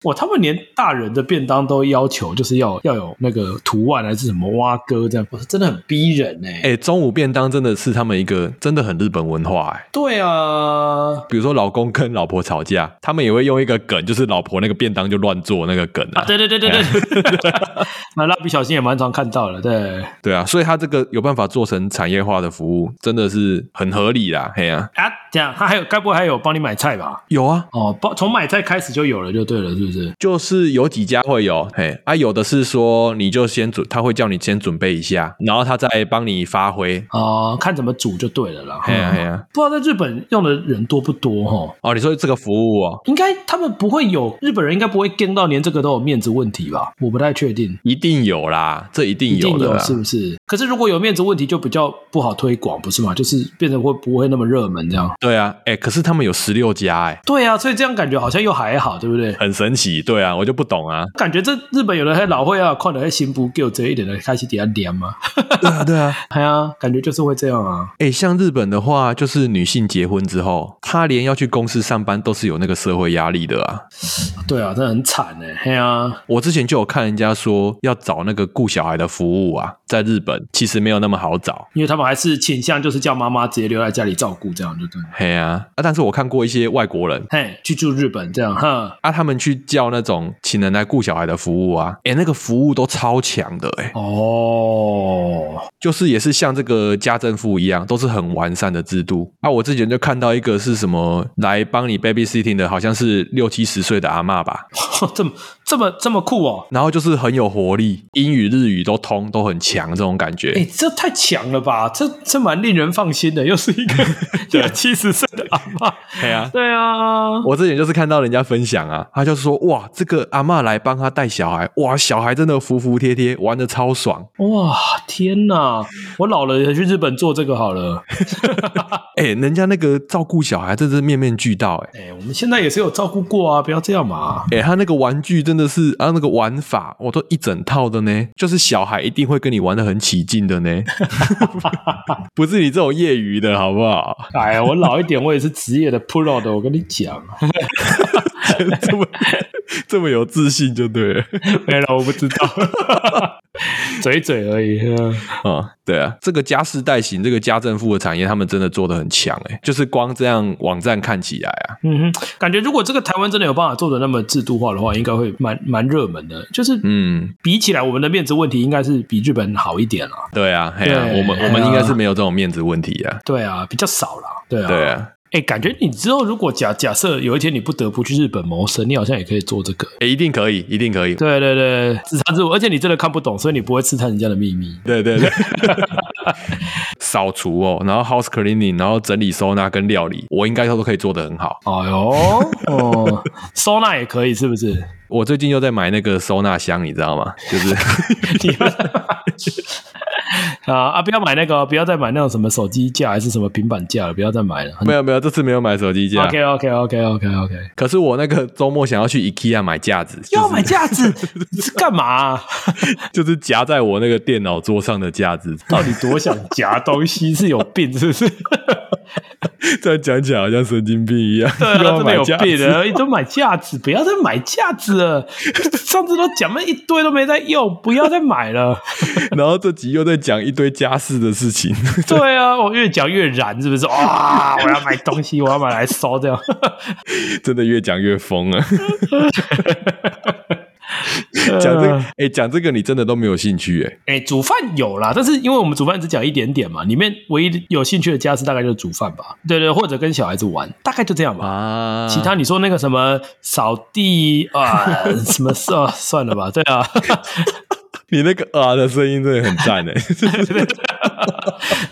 S2: 哇，他们连大人的便当都要求就是要要有那个图案还是什么蛙哥这样，哇真的很逼人欸呢、
S1: 哎、中午便当真的是他们一个真的很日本文化哎、
S2: 对啊，
S1: 比如说老公跟老婆吵架，他们也会用一个梗，就是老婆那个便当就乱做那个梗啊，
S2: 啊，对对对对对，
S1: 哎
S2: (laughs) 那蜡笔小新也蛮常看到的，对。
S1: 对啊，所以他这个有办法做成产业化的服务，真的是很合理啦，嘿啊，
S2: 啊，这样他还有，该不会还有帮你买菜吧？
S1: 有啊，
S2: 哦，帮从买菜开始就有了，就对了，是不是？
S1: 就是有几家会有，嘿啊，有的是说你就先准，他会叫你先准备一下，然后他再帮你发挥，
S2: 啊、看怎么煮就对了啦。
S1: 嘿啊嘿啊，
S2: 不知道在日本用的人多不多哈？
S1: 哦，你说这个服务哦，
S2: 应该他们不会有日本人应该不会跟到连这个都有面子问题吧？我不太确定，
S1: 一定有啦，这一定
S2: 一定
S1: 有的
S2: 有
S1: 啦。
S2: 是不是？可是如果有面子问题，就比较不好推广，不是吗？就是变成会不会那么热门这样？
S1: 对啊，哎、可是他们有十六家、哎，
S2: 对啊，所以这样感觉好像又还好，对不对？
S1: 很神奇。对啊，我就不懂啊。
S2: 感觉这日本有人还老会啊，看了还行不够这一点的开始底下点嘛，
S1: 对啊，对 (laughs) 啊。
S2: 哎呀，感觉就是会这样啊。
S1: 哎、像日本的话，就是女性结婚之后，她连要去公司上班都是有那个社会压力的啊。
S2: 对啊，真的很惨哎、嘿啊，
S1: 我之前就有看人家说要找那个顾小孩的服务啊，在日本其实没有那么好找。
S2: 因为他们还是倾向就是叫妈妈直接留在家里照顾这样，就对了。
S1: 嘿啊，啊，但是我看过一些外国人。
S2: 嘿，去住日本这样哈。
S1: 啊，他们去叫那种请人来顾小孩的服务啊，哎、那个服务都超强的、欸，
S2: 哦， (laughs)
S1: 就是也是像这个家政妇一样，都是很完善的制度。啊，我之前就看到一个是什么来帮你 babysitting 的，好像是六七十岁的阿嬷吧，
S2: 这么这么这么酷哦！
S1: 然后就是很有活力，英语日语都通，都很强这种感觉。
S2: 哎，这太强了吧！这这蛮令人放心的，又是 (laughs) 一个六七十岁的阿妈。
S1: 对啊。
S2: 对啊，
S1: (laughs) 我之前就是看到人家分享啊，他就说哇，这个阿嬷来帮他带小孩，哇，小孩真的服服帖帖，玩的超爽。
S2: 哇，天哪！我老了也去日本做这个好了。
S1: 哎、人家那个照顾小孩真是面面俱到、欸，
S2: 哎，我们现在也是有照顾过啊，不要这样嘛。
S1: 哎、他那个玩具真的是啊，那个玩法我都一整套的呢，就是小孩一定会跟你玩的很起劲的呢， (laughs) 不是你这种业余的好不好？ (laughs)
S2: 哎呀，我老一点，我也是职业的 pro 的，我跟你讲。
S1: 这么这么有自信就对了
S2: (laughs) 没了，我不知道，嘴嘴而已。嗯
S1: 啊、对啊，这个家世代型，这个家政妇的产业，他们真的做的很强哎、就是光这样网站看起来啊，
S2: 嗯哼，感觉如果这个台湾真的有办法做的那么制度化的话，应该会蛮蛮热门的。就是
S1: 嗯，
S2: 比起来，我们的面子问题应该是比日本好一点啦。
S1: 对啊，嘿啊，
S2: 对
S1: 我们我
S2: 哎
S1: 们
S2: 呀
S1: 应该是没有这种面子问题啊，
S2: 对啊，比较少啦。对啊，
S1: 对。啊。
S2: 哎，感觉你之后如果假假设有一天你不得不去日本谋生，你好像也可以做这个。
S1: 哎一定可以，一定可以，
S2: 对对对，自查自我，而且你真的看不懂，所以你不会刺探人家的秘密。
S1: 对对 (laughs) 对，扫除哦，然后 house cleaning，然后整理收纳跟料理，我应该都可以做得很好。
S2: 哎呦，哦，收纳也可以是不 (laughs) 是？
S1: 我最近又在买那个收纳箱，你知道吗？就是
S2: (laughs) 你要啊啊！不要买那个哦，不要再买那种什么手机架还是什么平板架了，不要再买了。
S1: 没有没有，这次没有买手机架。
S2: OK OK OK OK OK，
S1: 可是我那个周末想要去 IKEA 买架子，就
S2: 要
S1: 是
S2: 买架子 (laughs) 是干嘛啊、 (laughs)
S1: 就是夹在我那个电脑桌上的架子。 (laughs)
S2: 到底多想夹东西是有病是不是？
S1: 这样讲起来好像神经病一样，
S2: (laughs) 对啊，
S1: 又 (laughs) 要
S2: 真的
S1: 买
S2: 有
S1: 架
S2: 病
S1: 子。
S2: 的，都买架子，不要再买架子 (laughs) 了。上次都讲了一堆都没在用，不要再
S1: (laughs)
S2: 买了。
S1: 然后这集又在讲一堆家事的事情，
S2: 对啊，我越讲越燃是不是？哇，我要买东西，我要买来烧这样。 (laughs)
S1: 真的越讲越疯 (laughs) 啊！讲这个，哎、讲这个你真的都没有兴趣哎、
S2: 哎，煮饭有啦，但是因为我们煮饭只讲一点点嘛，里面唯一有兴趣的家事大概就是煮饭吧，对对，或者跟小孩子玩，大概就这样吧。
S1: 啊，
S2: 其他你说那个什么扫地
S1: (laughs)
S2: 啊，什么事啊，算了吧，对啊，
S1: 你那个啊的声音真的很赞哎，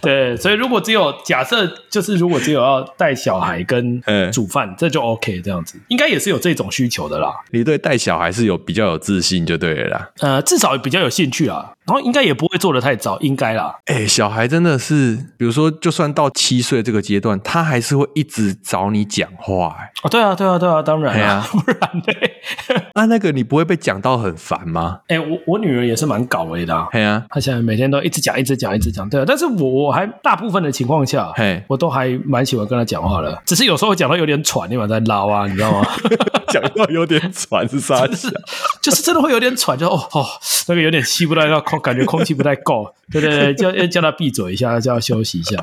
S2: 对，所以如果只有假设，就是如果只有要带小孩跟
S1: 嗯
S2: 煮饭，这就 OK 这样子，应该也是有这种需求的啦。
S1: (laughs) 你对带小孩是有比较有自信就对了啦。
S2: 呃，至少比较有兴趣啦，然后应该也不会做的太早，应该啦。
S1: 哎、小孩真的是，比如说，就算到七岁这个阶段，他还是会一直找你讲话、哎
S2: 哦，对啊，对啊，对啊，当然
S1: 哎
S2: 啦，
S1: 呀
S2: (laughs) 不然呢？
S1: 啊那、那个你不会被讲到很烦吗？
S2: 哎、我我女儿也是蛮搞为的、啊，
S1: 嘿啊，
S2: 她现在每天都一直讲，一直讲，一直讲，对啊。但是我我还大部分的情况下，
S1: 嘿，
S2: 我都还蛮喜欢跟她讲话的，只是有时候讲到有点喘，立马在捞啊，你知道吗？
S1: (laughs) 讲到有点 (laughs) 喘是啥
S2: 就？是就是真的会有点喘，就哦哦，那个有点吸不到，那空 (laughs) 感觉空气不太够，对对 (laughs) 对，叫要叫她闭嘴一下，叫她休息一下。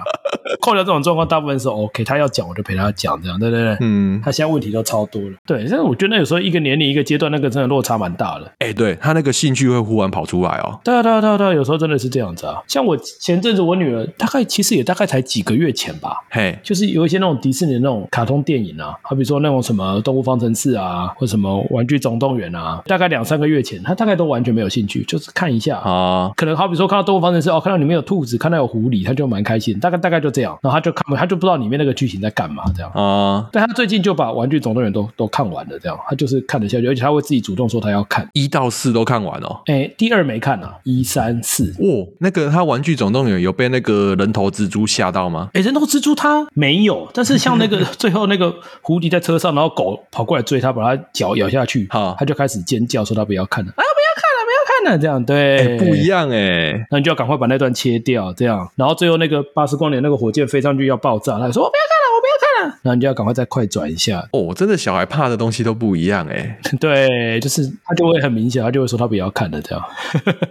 S2: 扣掉这种状况，大部分是 OK，她要讲我就陪她讲，这样对对对。
S1: 嗯，
S2: 她现在问题都超多了，对，但是我觉得那有时候一个年龄一个阶段，那个真的落差蛮大的。
S1: 哎、对他那个兴趣会忽然跑出来哦。
S2: 对啊，对啊，对啊，对啊，有时候真的是这样子啊。像我前阵子，我女儿大概其实也大概才几个月前吧，
S1: 嘿，
S2: 就是有一些那种迪士尼的那种卡通电影啊，好比说那种什么《动物方程式》啊，或什么《玩具总动员》啊，大概两三个月前，她大概都完全没有兴趣，就是看一下。
S1: 啊，
S2: 可能好比说看到《动物方程式》，哦，看到里面有兔子，看到有狐狸，她就蛮开心，大概大概就这样。然后她就看，她就不知道里面那个剧情在干嘛这样。
S1: 啊，
S2: 但她最近就把《玩具总动员都》都看完了，这样她就是看得下去，而且她会自己主动说她要看。
S1: 一到四都看完哦。
S2: 哎，第二没看啊，一三四
S1: 哦，那个他《玩具总动员》有被那个人头蜘蛛吓到吗？
S2: 哎，人头蜘蛛它没有，但是像那 (laughs) 个最后那个狐狸在车上，然后狗跑过来追它，把它脚咬下去，
S1: 好
S2: 它就开始尖叫说它不要看了啊，不要看了，不要看了，这样对、
S1: 不一
S2: 样。
S1: 样哎、
S2: 那你就要赶快把那段切掉，这样。然后最后那个巴斯光年那个火箭飞上去要爆炸，他说我不要看了，我不要看了。然后你就要赶快再快转一 (laughs) 下，
S1: 哦，真的小孩怕的东西都不一样哎、
S2: 对，就是他就会很明显，他就会说他不要看了，这样。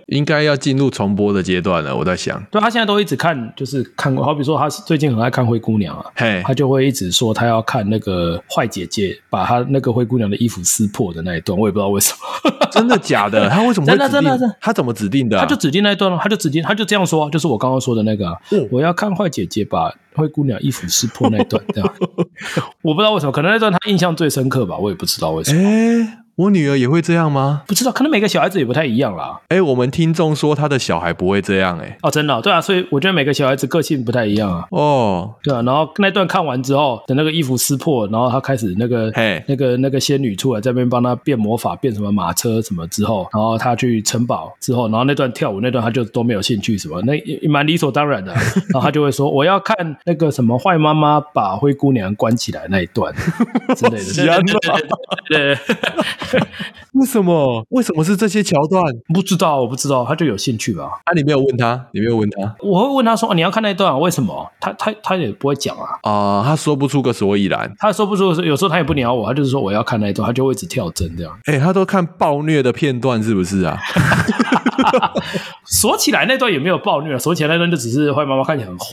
S1: 应该要进入重播的阶段了。我在想，
S2: 对他现在都一直看，就是看过，好比说他最近很爱看灰姑娘啊，
S1: 嘿，
S2: 他就会一直说他要看那个坏姐姐把她那个灰姑娘的衣服撕破的那一段，我也不知道为什么，
S1: 真的假 (laughs) 的？他为什么会
S2: 真的
S1: 指定
S2: 真的真的
S1: 他怎么指定的啊、
S2: (laughs) 他就指定那一段了，他就指定他就这样说，啊就是我刚刚说的那个、啊，
S1: 嗯
S2: 我要看坏姐姐把灰姑娘衣服撕破那一段，
S1: (laughs)
S2: 这样，我不知道为什么，可能那段他印象最深刻吧，我也不知道为什么，
S1: 哎、我女儿也会这样吗？
S2: 不知道，可能每个小孩子也不太一样啦。
S1: 哎、我们听众说他的小孩不会这样哎、
S2: 哦，真的哦、对啊，所以我觉得每个小孩子个性不太一样啊。
S1: 哦，
S2: 对啊，然后那段看完之后，等那个衣服撕破，然后他开始那个
S1: 嘿
S2: 那个那个仙女出来这边帮他变魔法，变什么马车什么之后，然后他去城堡之后，然后那段跳舞那段他就都没有兴趣什么，那也也蛮理所当然的啊。然后他就会说我要看那个什么坏妈妈把灰姑娘关起来那一 (laughs) 段之类的，
S1: 喜欢吗
S2: 啊对对对对
S1: 为什么？为什么是这些桥段？
S2: (laughs) 不知道我不知道，他就有兴趣吧？
S1: 啊，你没有问他，你没有问他
S2: 我会问他说、哦你要看那一段啊、为什么？他他他也不会讲啊。
S1: 啊、他说不出个所以然。
S2: 他说不出，有时候他也不鸟我，他就是说我要看那一段，他就会一直跳针这样。
S1: 哎、他都看暴虐的片段是不是啊？
S2: 锁起来那段也没有暴虐，锁起来那段就只是坏妈妈看起来很坏，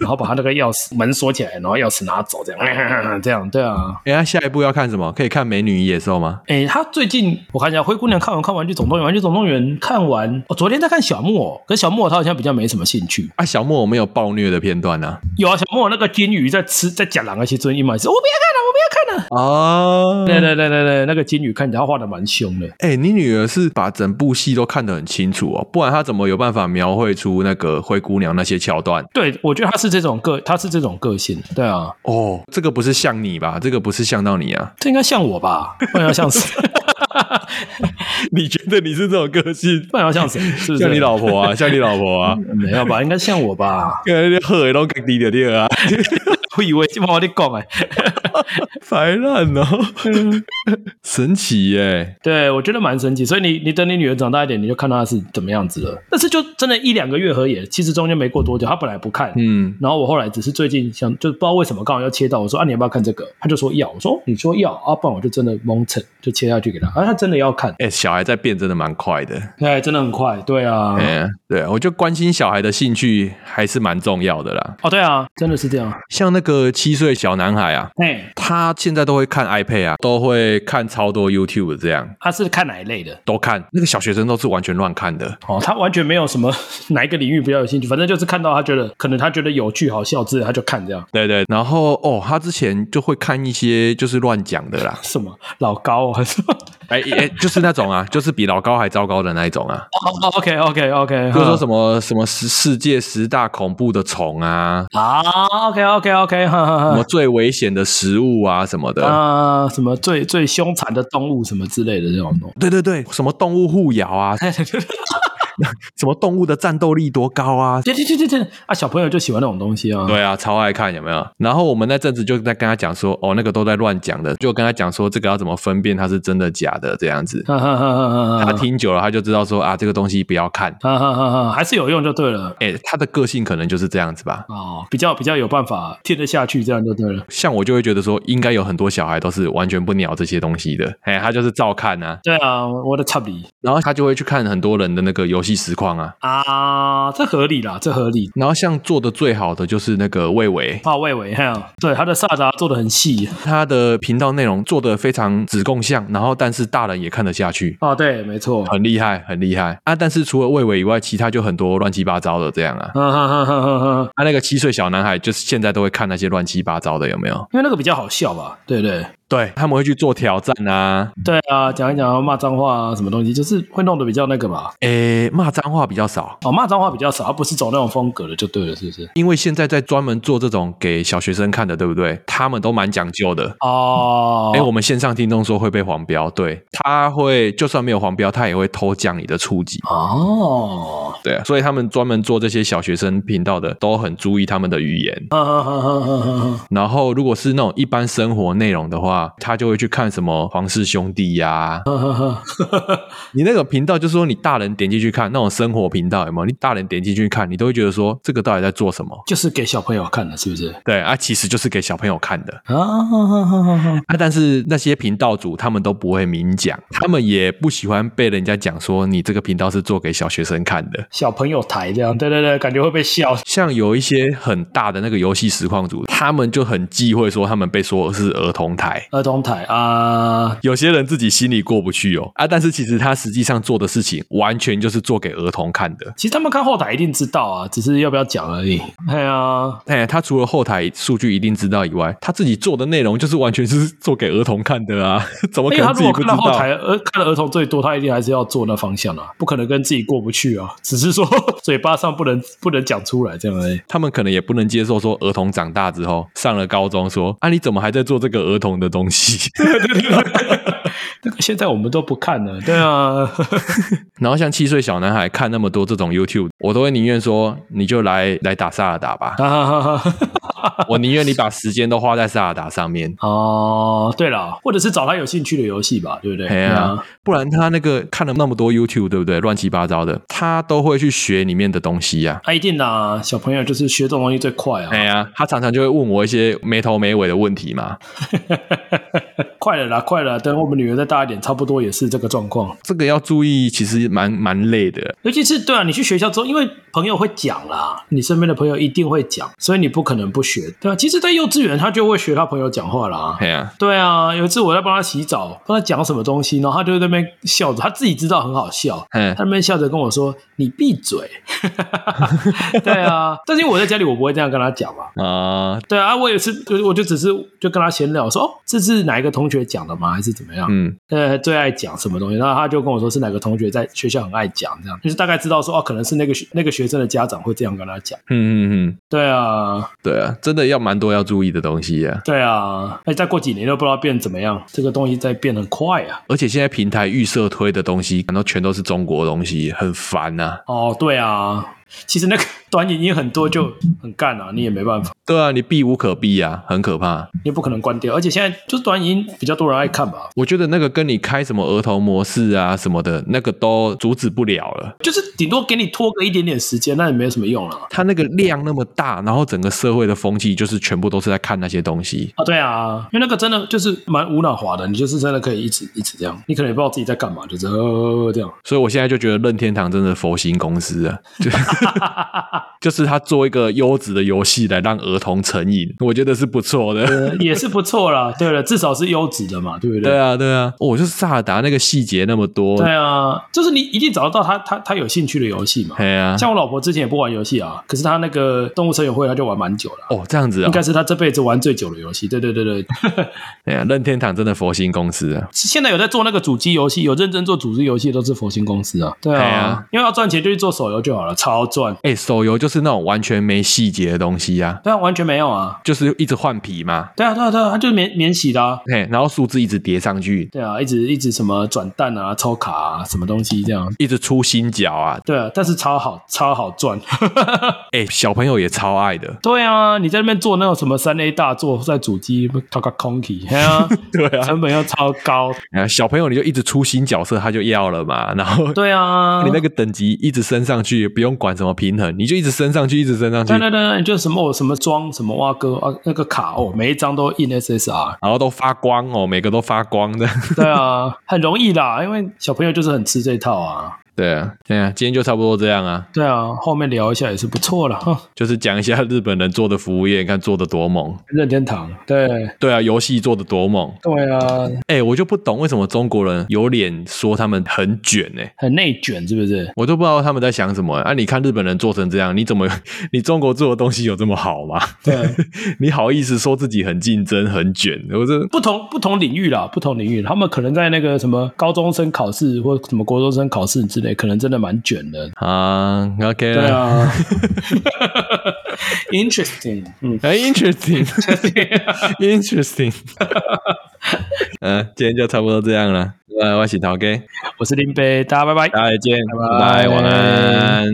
S2: 然后把他那个钥匙门锁起来，然后钥匙拿走，这样这样，对啊。
S1: 哎、他下一步要看什么？可以看《美女与野兽》吗？
S2: 诶，他最近我看一下《灰姑娘》，看完看《玩具总动员》，《玩具总动员》看完，我、昨天在看小木偶，可是小木偶他好像比较没什么兴趣。
S1: 啊，小莫我没有暴虐的片段呢、
S2: 有啊，小木偶那个金鱼在吃，在讲狼那些尊一嘛，是我不要看了，我不要看了。
S1: 啊。哦，
S2: 对对对对对，那个金鱼看起来他画的蛮凶的，
S1: 哎、你女儿是把整部戏都看得很清楚哦，不然她怎么有办法描绘出那个灰姑娘那些桥段？
S2: 对我觉得他是这种个，他是这种个性，对啊。
S1: 哦，这个不是像你吧？这个不是像到你啊？
S2: 这应该像我吧？不然要像谁？
S1: (laughs) 你觉得你是这种个性？
S2: 不然要像谁？是不是？
S1: 像你老婆啊，像你老婆 (laughs) 啊，
S2: 没有吧？应该像我吧？
S1: 跟那喝的都更低点点啊，
S2: 我以为今晚我得讲哎，
S1: 白烂哦， (laughs) 神奇耶、
S2: (laughs) 对我觉得蛮神奇。所以你你等你女儿长大一点，你就看到她是怎么样子了。但是就真的一两个月而已，其实中间没过多久，她本来不看。
S1: 嗯，
S2: 然后我后来只是最近想，就不知道为什么刚好要切到，我说啊你要不要看这个？她就说要，我说你说要啊，不然我就真的蒙蹭就切下去给她。啊，她真的要看，
S1: 哎、小孩在变真的蛮快的，
S2: 哎，真的很快，对啊，
S1: 哎、对，我就关心小孩的兴趣还是蛮重要的啦。
S2: 哦对啊，真的是这样，
S1: 像那个七岁小男孩啊，
S2: 哎，
S1: 他现在都会看 iPad 啊，都会看超多 YouTube 这样。
S2: 她是看哪一类的？
S1: 都看，那个小学生都是完全乱看的。
S2: 哦，他完全没有什么哪一个领域比较有兴趣，反正就是看到他觉得可能他觉得有趣好笑之类，他就看这样。。
S1: 对对，然后哦，他之前就会看一些就是乱讲的啦 (laughs)
S2: 什么老高啊？还是
S1: 哎、哎，就是那种啊，就是比老高还糟糕的那一种啊，
S2: 哦，OK 嗯 OK OK，
S1: 就是说什
S2: 么
S1: 么什么世世界十大恐怖的虫啊，
S2: 啊？OK OK OK，哈
S1: 什
S2: 哈
S1: 么
S2: 哈。
S1: 最危险的食物啊什么的，
S2: 嗯啊，什么最最凶残的动物什么之类的这种
S1: (laughs)
S2: 东西，
S1: 对对对，什么动物互咬啊，什么动物的战斗力多高啊，
S2: 对对对对对啊，小朋友就喜欢那种东西啊。
S1: 对啊，超爱看有没有？然后我们那阵子就在跟他讲说，哦，那个都在乱讲的，就跟他讲说这个要怎么分辨它是真的假的这样子。
S2: 哈哈哈哈哈哈，
S1: 他听久了，他就知道说啊，这个东西不要看。
S2: 哈哈哈哈，嗯还是有用就对了。
S1: 哎、他的个性可能就是这样子吧。
S2: 哦，比较比较有办法贴得下去，这样就对了。
S1: 像我就会觉得说，应该有很多小孩都是完全不鸟这些东西的。哎、他就是照看啊，
S2: 对啊，我的差理
S1: 然后他就会去看很多人的那个游戏实况啊。
S2: 啊，这合理啦，这合理。
S1: 然后像做的最好的就是那个魏伟，
S2: 怕魏伟哈，对他的萨达做的很细
S1: 他的频道内容做的非常子供向，然后但是大人也看得下去。
S2: 哦，对，没错。
S1: 很厉害，很厉害啊！但是除了魏伟以外，其他就很多乱七八糟的这样啊。
S2: 哈哈哈哈哈哈！
S1: 他、那个七岁小男孩，就是现在都会看那些乱七八糟的，有没有？
S2: 因为那个比较好笑吧，对不对？
S1: 对他们会去做挑战啊，
S2: 对啊，讲一讲骂脏话啊，什么东西，就是会弄得比较那个吧。
S1: 诶，骂脏话比较少，
S2: 哦，骂脏话比较少，他不是走那种风格的，就对了，是不是？
S1: 因为现在在专门做这种给小学生看的，对不对？他们都蛮讲究的。
S2: 哦，
S1: 诶，哎我们线上听众说会被黄标，对，他会就算没有黄标，他也会偷降你的初级，
S2: 哦， (laughs)
S1: 对啊，所以他们专门做这些小学生频道的，都很注意他们的语言。
S2: 哈哈哈哈哈哈！
S1: 然后如果是那种一般生活内容的话，他就会去看什么《皇室兄弟、呀。
S2: 哈哈哈！
S1: 你那个频道就是说你大人点进去看那种生活频道有没有？你大人点进去看，你都会觉得说这个到底在做什么？
S2: 就是给小朋友看的，是不是？
S1: 对啊，其实就是给小朋友看的
S2: 啊哈哈哈哈哈！
S1: 啊。但是那些频道主他们都不会明讲，他们也不喜欢被人家讲说你这个频道是做给小学生看的。
S2: (laughs) 小朋友台这样，对对对，感觉会被笑。
S1: 像有一些很大的那个游戏实况组，他们就很忌讳说他们被说是儿童台。
S2: 儿童台啊，
S1: 有些人自己心里过不去哦啊，但是其实他实际上做的事情完全就是做给儿童看的。
S2: 其实他们看后台一定知道啊，只是要不要讲而已。对啊，
S1: 哎，他除了后台数据一定知道以外，他自己做的内容就是完全是做给儿童看的啊， (laughs) 怎么可
S2: 因为他
S1: 能自
S2: 如
S1: 己
S2: 果
S1: 不
S2: 看
S1: 知
S2: 到后
S1: 道？
S2: 台啊儿看了儿童最多，他一定还是要做那方向啊，不可能跟自己过不去啊。只是说 (laughs) 嘴巴上不能不能讲出来这样而已。
S1: 他们可能也不能接受说儿童长大之后上了高中说啊，你怎么还在做这个儿童的东西？ (laughs)
S2: 那个 (laughs) 现在我们都不看了，对啊，
S1: 然后像七岁小男孩看那么多这种 YouTube，我都会宁愿说你就来来打萨尔达吧，
S2: 啊哈哈哈。
S1: 我宁愿你把时间都花在萨尔达上面。
S2: (laughs) 哦，对了，或者是找他有兴趣的游戏吧，对不对？啊
S1: 哎呀，不然他那个看了那么多 YouTube，对不对？乱七八糟的，他都会去学里面的东西呀、
S2: 啊，一定啦，小朋友就是学这种东西最快啊。
S1: 哎呀，他常常就会问我一些没头没尾的问题嘛。
S2: 快了啦，快了啦！等我们女儿再大一点，差不多也是这个状况。
S1: 这个要注意，其实蛮蛮累的。
S2: 尤其是对啊，你去学校之后，因为朋友会讲啦，你身边的朋友一定会讲，所以你不可能不学，对啊，其实，在幼稚园他就会学他朋友讲话啦。
S1: 哎呀，
S2: 对啊，有一次我在帮他洗澡，帮他讲什么东西，然后他就在那边笑着，他自己知道很好笑，
S1: 嗯
S2: 他，那边笑着跟我说：“你闭嘴。”对啊，但是因为我在家里，我不会这样跟他讲嘛。
S1: 啊、
S2: 对啊，我也是，我我就只是就跟他闲聊说：“哦，这是哪一个同学讲的吗？还是怎么样？”
S1: 嗯，
S2: 呃，最爱讲什么东西，然后他就跟我说是哪个同学在学校很爱讲，这样就是大概知道说哦，可能是那个学那个学生的家长会这样跟他讲。
S1: 嗯嗯嗯，
S2: 对啊，
S1: 对啊，真的要蛮多要注意的东西呀、
S2: 对啊，哎，再过几年都不知道变怎么样，这个东西在变很快啊。
S1: 而且现在平台预设推的东西，然后全都是中国东西，很烦呐、
S2: 哦，对啊，其实那个 (laughs) 短影音很多就很干啊，你也没办法，
S1: 对啊，你避无可避啊，很可怕。
S2: 你也不可能关掉，而且现在就是短影音比较多人爱看吧，
S1: 我觉得那个跟你开什么儿童模式啊什么的，那个都阻止不了了。
S2: 就是顶多给你拖个一点点时间，那也没有什么用了。
S1: 它那个量那么大，然后整个社会的风气就是全部都是在看那些东西。
S2: 啊，对啊，因为那个真的就是蛮无脑滑的，你就是真的可以一直一直这样，你可能
S1: (laughs)
S2: 也不知道自己在干嘛，就是呃这样。
S1: 所以我现在就觉得任天堂真的佛心公司啊，就
S2: (laughs)
S1: 就是他做一个优质的游戏来让儿童成瘾，我觉得是不错的。
S2: 呃也是不错啦。对了，至少是优质的嘛，对不对？
S1: 对啊，对啊，我、就是萨尔达那个细节那么多，
S2: 对啊，就是你一定找得到他他他有兴趣的游戏嘛。
S1: 嘿啊，
S2: 像我老婆之前也不玩游戏啊，可是她那个动物森友会，她就玩蛮久了啊。
S1: 哦这样子啊、
S2: 应该是她这辈子玩最久的游戏，对对
S1: (laughs)
S2: 对对，
S1: 哎呀，任天堂真的佛心公司啊，
S2: 现在有在做那个主机游戏，有认真做主机游戏的都是佛心公司啊。对
S1: 哎
S2: 啊
S1: 呀，
S2: 因为要赚钱就去做手游就好了，超赚。
S1: 哎、手游就是那种完全没细节的东西啊，
S2: 对啊，完全没有啊。
S1: 就是一直换皮嘛，哎
S2: 对啊，对啊，对啊，他就是免免洗的、啊。
S1: 嘿，然后数字一直叠上去，
S2: 对啊，一直一直什么转蛋啊、抽卡啊、什么东西这样。
S1: 一直出新角啊，
S2: 对啊，但是超好，超好赚。 (laughs)
S1: 哎、小朋友也超爱的，
S2: 对啊，你在那边做那种什么三 A 大作，在主机搞个空气，对啊，
S1: (laughs) 对啊，
S2: 成本要超高。
S1: 啊，小朋友你就一直出新角色，他就要了嘛， (laughs) 然后
S2: 对啊，
S1: 你那个等级一直升上去，不用管什么平衡，你就一直升上去，一直升上去
S2: 对，对对，你就什么、哦、什么装什么挖哥啊，那个卡哦，每一张都印 SSR。
S1: 然后都发光哦， (laughs) 每个都发光的。
S2: (laughs) 对啊，很容易啦，因为小朋友就是很吃这套啊。
S1: 对啊，对啊，今天就差不多这样啊，
S2: 对啊，后面聊一下也是不错啦。哈。
S1: 就是讲一下日本人做的服务业，你看做的多猛。
S2: 任天堂，对
S1: 对啊，游戏做的多猛。
S2: 对啊，
S1: 哎、我就不懂为什么中国人有脸说他们很卷哎、
S2: 很内卷是不是？
S1: 我都不知道他们在想什么、啊，你看日本人做成这样，你怎么 (laughs) 你中国做的东西有这么好吗？ (laughs)
S2: 对，
S1: 你好意思说自己很竞争、很卷？我这
S2: (laughs) 不同不同领域啦，不同领域，他们可能在那个什么高中生考试或什么国中生考试之类，可能真的蛮卷的。
S1: 啊，OK
S2: 对
S1: 了，
S2: 啊 (laughs) ，interesting，嗯，
S1: 哎、i n t e r e s t i
S2: (laughs)
S1: n g Interesting，嗯、今天就差不多这样了。呃，我是陶哥，
S2: 我是林北，大家拜拜。
S1: 大家再见，
S2: 拜
S1: 拜拜，晚安。